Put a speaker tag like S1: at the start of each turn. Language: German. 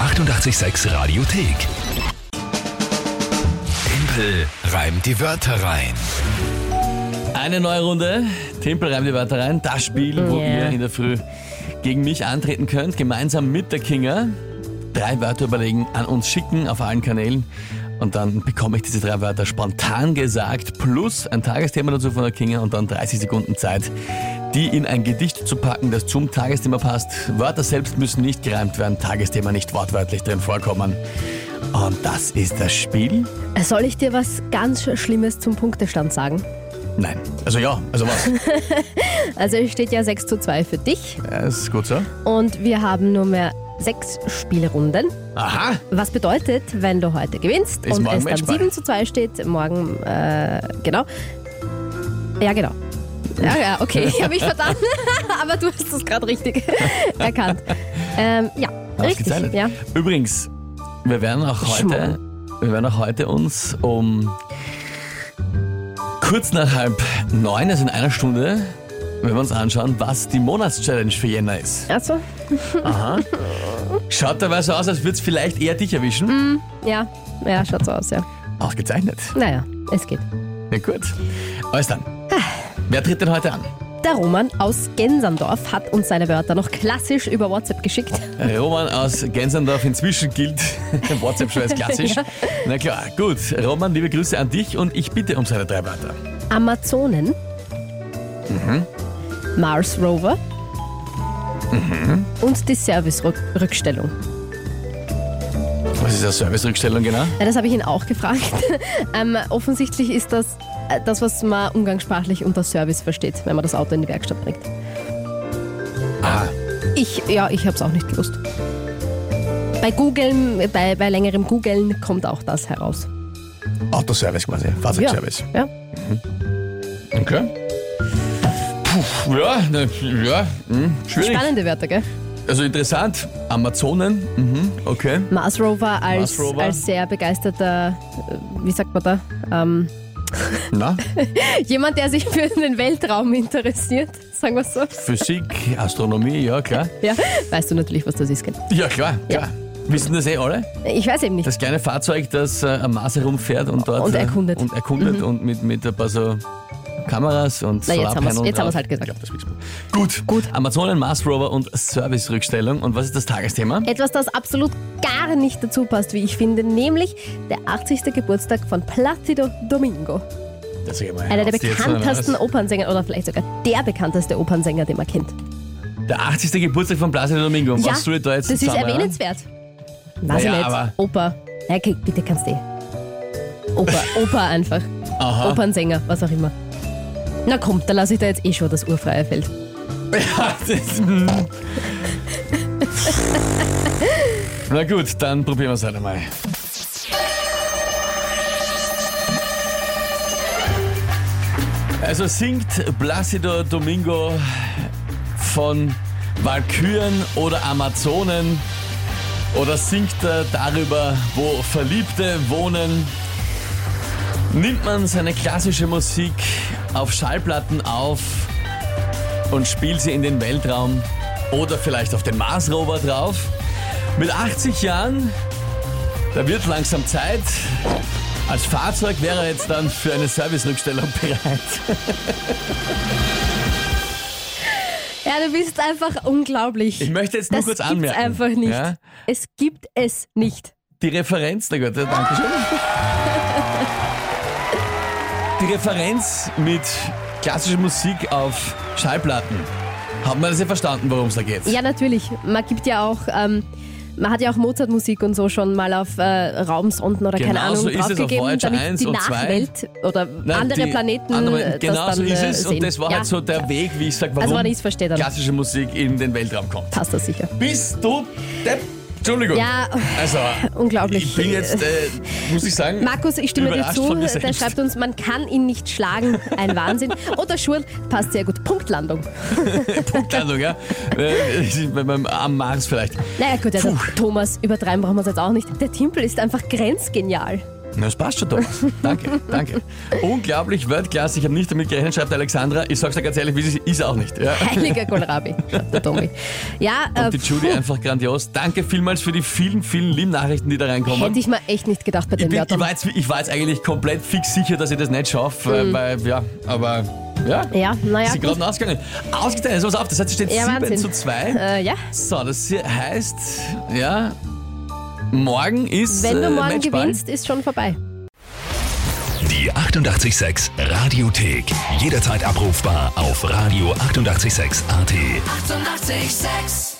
S1: 886 Radiothek. Tempel reimt die Wörter rein.
S2: Eine neue Runde. Tempel reimt die Wörter rein. Das Spiel, wo
S3: Ja.
S2: ihr in der Früh gegen mich antreten könnt, gemeinsam mit der Kinga. Drei Wörter überlegen, an uns schicken auf allen Kanälen. Und dann bekomme ich diese drei Wörter spontan gesagt, plus ein Tagesthema dazu von der Kinga und dann 30 Sekunden Zeit, die in ein Gedicht zu packen, das zum Tagesthema passt. Wörter selbst müssen nicht gereimt werden, Tagesthema nicht wortwörtlich drin vorkommen. Und das ist das Spiel.
S3: Soll ich dir was ganz Schlimmes zum Punktestand sagen?
S2: Nein. Also ja, also was?
S3: Also es steht ja 6 zu 2 für dich
S2: Ja, ist gut so.
S3: und wir haben nur mehr sechs Spielrunden.
S2: Aha,
S3: Was bedeutet, wenn du heute gewinnst
S2: Ist
S3: und
S2: morgen
S3: es dann
S2: Matchball.
S3: 7 zu 2 steht, morgen, äh, genau. Ja, genau. Ja, ja, okay, ich habe mich verdammt, aber du hast das gerade richtig erkannt. Ähm, ja, richtig.
S2: ausgezeichnet.
S3: Ja.
S2: Übrigens, wir werden auch heute, wir werden auch heute uns um kurz nach halb neun, also in einer Stunde, wenn wir uns anschauen, was die Monatschallenge für Jänner ist.
S3: Also,
S2: Schaut dabei so aus, als würde es vielleicht eher dich
S3: Mhm.
S2: erwischen.
S3: ja, ja, schaut so aus, ja.
S2: Ausgezeichnet.
S3: Naja, es geht.
S2: Na gut. Alles dann.
S3: Ah.
S2: Wer tritt denn heute an?
S3: Der Roman aus Gensandorf hat uns seine Wörter noch klassisch über WhatsApp geschickt.
S2: Roman aus Gensendorf inzwischen gilt WhatsApp schon als klassisch. Na klar, gut. Roman, liebe Grüße an dich und ich bitte um seine drei Wörter.
S3: Amazonen. Mars Rover. Und die Service-Rückstellung.
S2: Was ist eine Servicerückstellung genau?
S3: Ja, das habe ich ihn auch gefragt. ähm, offensichtlich ist das äh, das, was man umgangssprachlich unter Service versteht, wenn man das Auto in die Werkstatt bringt.
S2: Ah,
S3: Ich, ja, ich habe es auch nicht gewusst. Bei Googeln, bei, bei längerem Googeln kommt auch das heraus.
S2: Autoservice quasi,
S3: Ja,
S2: Fahrzeugservice.
S3: ja.
S2: Okay. Puh, ja, ne, ja, hm, schwierig.
S3: Spannende Wörter, gell?
S2: Also interessant. Amazonen, mhm, okay.
S3: Mars Rover als,
S2: Mars Rover.
S3: als sehr begeisterter, äh, wie sagt man da, ähm,
S2: Na,
S3: jemand, der sich für den Weltraum interessiert, sagen wir so.
S2: Physik, Astronomie, ja, klar.
S3: Ja, weißt du natürlich, was das ist, gell?
S2: Ja, klar, klar. Wissen das eh alle?
S3: Ich weiß eben nicht.
S2: Das kleine Fahrzeug, das äh, am Mars herumfährt und dort.
S3: Und
S2: äh,
S3: erkundet. Mhm.
S2: Und erkundet und mit, mit ein paar so Kameras und
S3: Na, jetzt haben wir's-
S2: Solarpanelen
S3: jetzt haben
S2: drauf.
S3: wir's halt gesagt.
S2: Ich glaub, das wissen wir. Gut, gut. Amazonen, Mars Rover und Service-Rückstellung. Und was ist das Tagesthema?
S3: Etwas, das absolut gar nicht dazu passt, wie ich finde, nämlich der 80. Geburtstag von Placido Domingo.
S2: Das sag ich mal.
S3: Einer der
S2: Hast du jetzt noch was?
S3: bekanntesten Opernsänger oder vielleicht sogar der bekannteste Opernsänger, den man kennt.
S2: Der 80. Geburtstag von Placido Domingo.
S3: ja,
S2: Was soll ich da jetzt
S3: das ist
S2: zusammen-
S3: erwähnenswert. Weiß
S2: Naja,
S3: ich nicht.
S2: aber-
S3: Oper. Ja, okay, bitte kannst du eh. Oper, Oper einfach.
S2: Aha.
S3: Opernsänger, was auch immer. Na komm, dann lasse ich da jetzt eh schon das urfreie Feld.
S2: Ja, das, mm. Na gut, dann probieren wir es halt einmal. Also singt Placido Domingo von Walküren oder Amazonen oder singt er darüber, wo Verliebte wohnen? Nimmt man seine klassische Musik auf Schallplatten auf und spiel sie in den Weltraum oder vielleicht auf den Mars-Rover drauf. Mit 80 Jahren, da wird langsam Zeit. Als Fahrzeug wäre er jetzt dann für eine Servicerückstellung bereit.
S3: Ja, du bist einfach unglaublich.
S2: Ich möchte jetzt nur
S3: das
S2: kurz
S3: gibt's
S2: anmerken.
S3: einfach nicht.
S2: Ja,
S3: Es gibt es nicht.
S2: die Referenz, na gut, ja, danke schön. Die Referenz mit klassischer Musik auf Schallplatten. Hat man das ja verstanden, worum es da geht?
S3: Ja, natürlich. Man gibt ja auch, ähm, man hat ja auch Mozart-Musik und so schon mal auf äh, Raumsonden oder keine
S2: Genau
S3: Ahnung
S2: so ist es auf
S3: draufgegeben,
S2: Voyager
S3: damit
S2: 1
S3: die
S2: und 2.
S3: Nachwelt oder
S2: Nein,
S3: andere
S2: Ne, die
S3: Planeten
S2: andere-
S3: äh,
S2: genau
S3: das dann
S2: so ist
S3: äh,
S2: es.
S3: sehen.
S2: Und das war
S3: ja,
S2: halt so der Weg, wie ich sage, warum
S3: Also, wenn ich's verstehe, dann-
S2: klassische Musik in den Weltraum kommt.
S3: passt das sicher.
S2: Bist du Depp? Entschuldigung.
S3: Ja,
S2: Also,
S3: unglaublich.
S2: ich bin jetzt, äh, muss ich sagen,
S3: Markus, ich stimme dir
S2: überrascht von
S3: zu.
S2: mir
S3: Der
S2: selbst.
S3: schreibt uns, man kann ihn nicht schlagen. Ein Wahnsinn. Oder Schurl, passt sehr gut. Punktlandung.
S2: Punktlandung, ja. Äh, bei- beim- Am Mars vielleicht.
S3: Naja, gut, also Thomas, übertreiben brauchen wir es jetzt auch nicht. Der Timpel ist einfach grenzgenial.
S2: Na, das passt schon, Thomas. Danke, danke. Unglaublich, Weltklasse. Ich habe nicht damit gerechnet, schreibt Alexandra. Ich sag's dir ganz ehrlich, wie es ist, ist auch nicht. Ja.
S3: Heiliger Kohlrabi, schreibt der Tommy. Ja, äh,
S2: Die Judy einfach grandios. Danke vielmals für die vielen, vielen lieben Nachrichten, die da reinkommen.
S3: hätte ich mal echt nicht gedacht bei
S2: Ich,
S3: den
S2: bin, ich,
S3: Wörtern.
S2: war jetzt, ich war jetzt eigentlich komplett fix sicher, dass ich das nicht schaffe, äh, weil, ja, aber ja.
S3: Mhm. Ja, naja,
S2: Ist sie
S3: gut.
S2: gerade ausgegangen. Ausgeteilt, so was auf. Das heißt, es steht
S3: Ja,
S2: 7
S3: Wahnsinn.
S2: zu 2.
S3: Äh, ja,
S2: So, das hier heißt, ja, morgen ist
S3: wenn
S2: äh,
S3: du morgen
S2: Matchball.
S3: gewinnst, ist schon vorbei.
S1: Die 886 Radiothek. Jederzeit abrufbar auf radio886.at. 886!
S4: 886